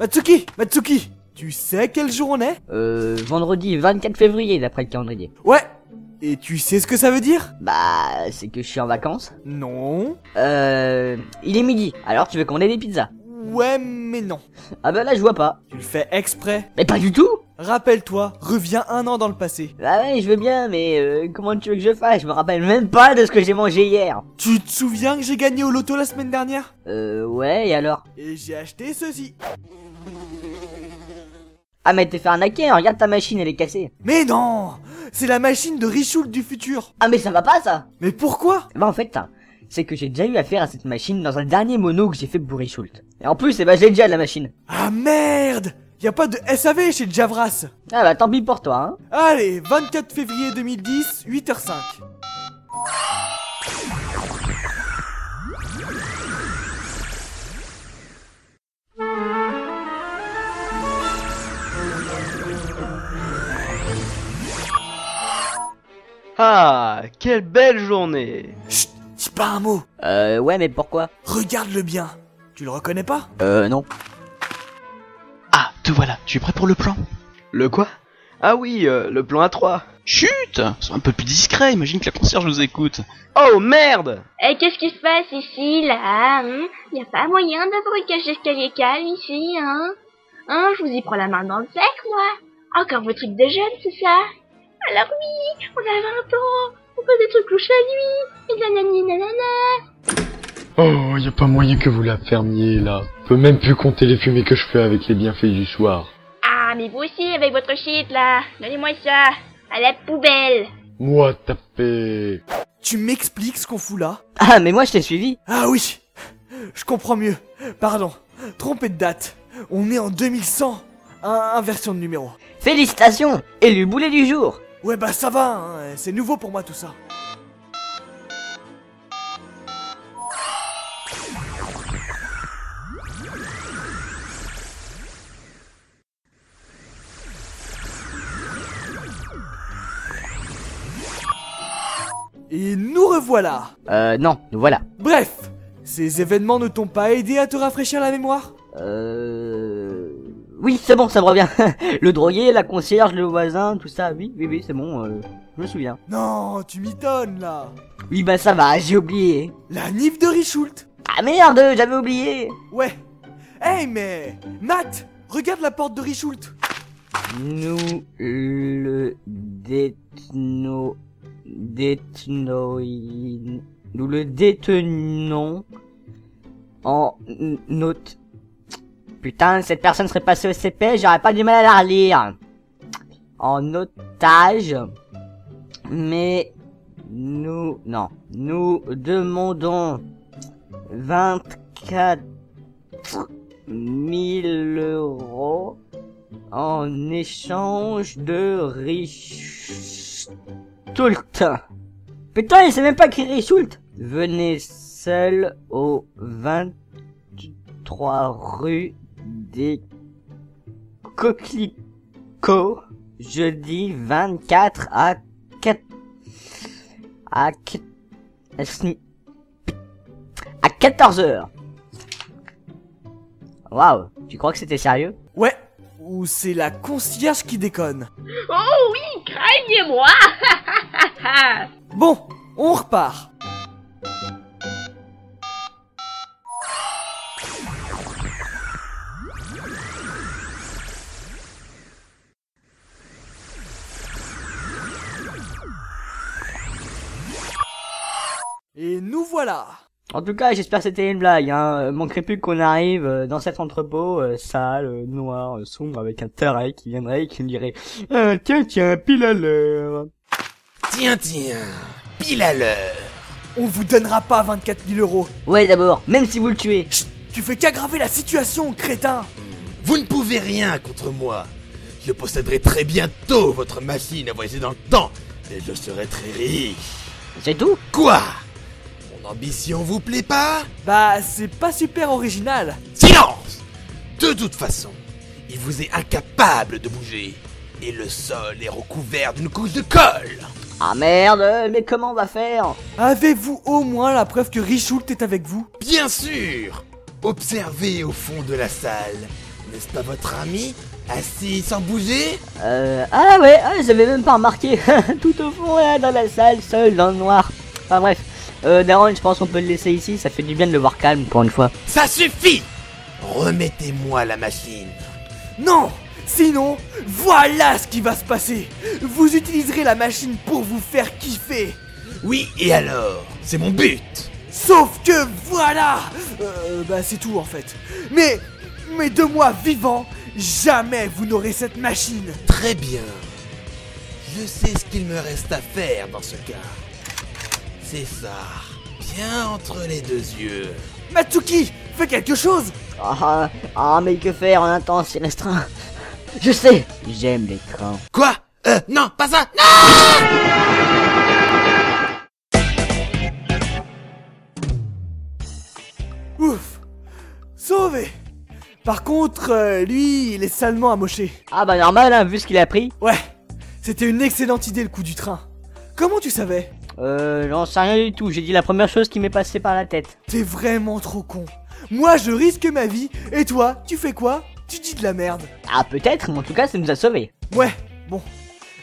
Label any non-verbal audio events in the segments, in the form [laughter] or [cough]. Matsuki Matsuki Tu sais quel jour on est Euh, vendredi 24 février d'après le calendrier. Ouais Et tu sais ce que ça veut dire Bah, c'est que je suis en vacances. Non. Euh, il est midi, alors tu veux qu'on ait des pizzas Ouais, mais non. Ah bah là, je vois pas. Tu le fais exprès. Mais pas du tout Rappelle-toi, reviens un an dans le passé. Bah ouais, je veux bien, mais euh, comment tu veux que je fasse Je me rappelle même pas de ce que j'ai mangé hier. Tu te souviens que j'ai gagné au loto la semaine dernière Euh, ouais, et alors Et j'ai acheté ceci. Ah mais t'es fait arnaquer, hein, regarde ta machine, elle est cassée. Mais non C'est la machine de Richoult du futur. Ah mais ça va pas ça Mais pourquoi Bah en fait, hein, c'est que j'ai déjà eu affaire à cette machine dans un dernier mono que j'ai fait pour Richoult. Et en plus, eh bah j'ai déjà la machine. Ah merde Y a pas de SAV chez Javras. Ah bah tant pis pour toi, hein. Allez, 24 février 2010, 8h05. Ah, quelle belle journée Chut, dis pas un mot. Euh, ouais mais pourquoi Regarde-le bien. Tu le reconnais pas Euh, non. Ah, te voilà, tu es prêt pour le plan Le quoi Ah oui, euh, le plan A3. Chut Sois un peu plus discret, imagine que la concierge nous écoute. Oh merde Eh, qu'est-ce qui se passe ici, là hein Y a pas moyen d'avoir une cage d'escalier calme ici, hein Hein, je vous y prends la main dans le sac, moi Encore vos trucs de jeunes, c'est ça Alors oui, on a 20 ans On fait des trucs louches la nuit Et nanani nanana Oh, y a pas moyen que vous la fermiez là. Je peux même plus compter les fumées que je fais avec les bienfaits du soir. Ah, mais vous aussi, avec votre shit, là Donnez-moi ça À la poubelle Moi tapé. Tu m'expliques ce qu'on fout là Ah mais moi je t'ai suivi. Ah oui, je comprends mieux. Pardon, trompé de date. On est en 2100. Un, inversion de numéro. Félicitations Élu boulet du jour Ouais bah ça va, hein, c'est nouveau pour moi tout ça. Et nous revoilà Euh, non, nous voilà. Bref, ces événements ne t'ont pas aidé à te rafraîchir la mémoire Euh... Oui, c'est bon, ça me revient. [laughs] le drogué, la concierge, le voisin, tout ça, oui, oui, oui, c'est bon, euh, je me souviens. Non, tu m'étonnes là Oui, bah ça va, j'ai oublié. La nif de Richoult Ah merde, j'avais oublié Ouais Hey mais Matt Regarde la porte de Richoult Nous le déteno... détenoïn... Nous le détenons en note. Putain, cette personne serait passée au CP, j'aurais pas du mal à la relire. En otage. Mais nous... Non. Nous demandons 24 000 euros en échange de riche... Toult. Putain, il sait même pas écrit Richoult. Venez seul au 23 rue des Coquelicots, jeudi 24 à 4... à 4... à 14h. Waouh, tu crois que c'était sérieux Ouais Ou c'est la concierge qui déconne Oh oui, craignez-moi Bon, on repart Et nous voilà En tout cas, j'espère que c'était une blague. Hein. Euh, Manquerait plus qu'on arrive euh, dans cet entrepôt euh, sale, euh, noir, euh, sombre, avec un taré qui viendrait et qui me dirait Ah, Tiens, tiens, pile à l'heure Tiens, tiens, pile à l'heure. On vous donnera pas 24 000 euros Ouais, d'abord, même si vous le tuez. Chut Tu fais qu'aggraver la situation, crétin Vous ne pouvez rien contre moi. Je posséderai très bientôt votre machine à voyager dans le temps et je serai très riche. C'est tout Quoi Mon ambition vous plaît pas Bah, c'est pas super original Silence De toute façon, il vous est incapable de bouger. Et le sol est recouvert d'une couche de colle. Ah merde, euh, mais comment on va faire Avez-vous au moins la preuve que Richoult est avec vous Bien sûr Observez au fond de la salle N'est-ce pas votre ami Assis sans bouger Euh, ah ouais, ah, j'avais même pas remarqué. [laughs] Tout au fond, là, dans la salle, seul, dans le noir. Enfin bref. Euh, Daron, je pense qu'on peut le laisser ici, ça fait du bien de le voir calme pour une fois. Ça suffit Remettez-moi la machine. Non Sinon, voilà ce qui va se passer Vous utiliserez la machine pour vous faire kiffer Oui, et alors C'est mon but Sauf que voilà Euh, bah c'est tout en fait. Mais, mais de moi vivant, jamais vous n'aurez cette machine Très bien. Je sais ce qu'il me reste à faire dans ce cas. C'est ça. Bien entre les deux yeux. Matsuki, fais quelque chose Ah, ah, mais que faire en un temps si restreint Je sais, j'aime l'écran. Quoi Euh, non, pas ça Non Ouf Sauvé Par contre, euh, lui, il est salement amoché. Ah bah normal, hein, vu ce qu'il a pris. Ouais, c'était une excellente idée le coup du train. Comment tu savais Euh, j'en sais rien du tout, j'ai dit la première chose qui m'est passée par la tête. T'es vraiment trop con. Moi, je risque ma vie, et toi, tu fais quoi Tu dis de la merde. Ah peut-être, mais en tout cas, ça nous a sauvés. Ouais, bon.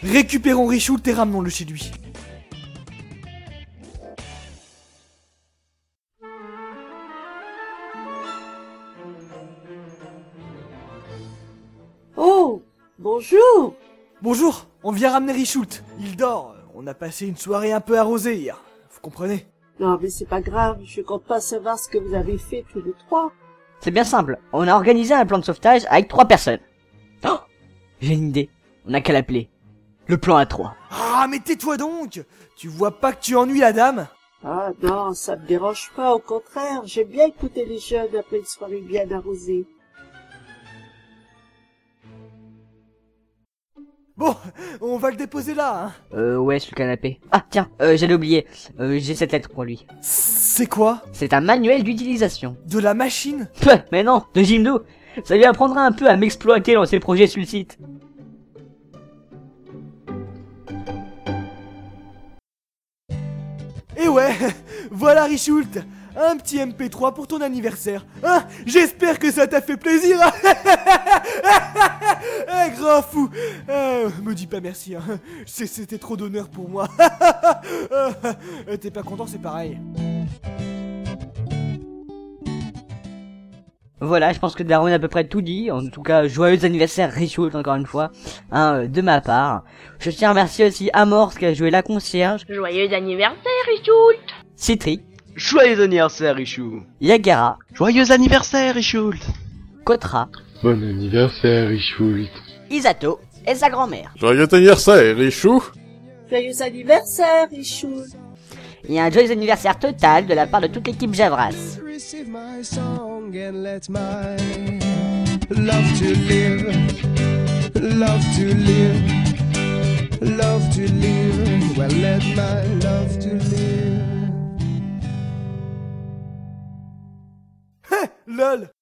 Récupérons Richoult et ramenons-le chez lui. Oh, bonjour Bonjour, on vient ramener Richoult. Il dort. On a passé une soirée un peu arrosée hier. Vous comprenez Non, mais c'est pas grave, je compte pas savoir ce que vous avez fait tous les trois. C'est bien simple, on a organisé un plan de sauvetage avec trois personnes. Oh J'ai une idée, on a qu'à l'appeler. Le plan A3. Ah, mais tais-toi donc Tu vois pas que tu ennuies la dame Ah non, ça me dérange pas, au contraire, j'aime bien écouter les jeunes après une soirée bien arrosée. Bon, on va le déposer là, hein. Euh, ouais, sur le canapé. Ah, tiens, euh, j'allais oublier. Euh, j'ai cette lettre pour lui. C'est quoi C'est un manuel d'utilisation. De la machine Peuh, mais non, de Jimdo. Ça lui apprendra un peu à m'exploiter dans ses projets sur le site. Eh ouais [laughs] Voilà Richoult Un petit MP3 pour ton anniversaire. Hein J'espère que ça t'a fait plaisir [laughs] Eh, grand fou Euh, Me dis pas merci, hein. C'est- C'était trop d'honneur pour moi. [laughs] Euh, T'es pas content, c'est pareil. Voilà, je pense que Darwin a à peu près tout dit. En tout cas, joyeux anniversaire Richoult encore une fois, hein, euh, de ma part. Je tiens à remercier aussi Amorce qui a joué la concierge, Joyeux anniversaire, Richoult Citric, Joyeux anniversaire, Richou. Yagara, Joyeux anniversaire, Richoult Kotra, Bon anniversaire, Richoult. Isato et sa grand-mère. Joyeux anniversaire, Richou Joyeux anniversaire, Richou Et un joyeux anniversaire total de la part de toute l'équipe Javras. receive my song and let my love to live, love to live, love to live. Well, let my love to live. Lol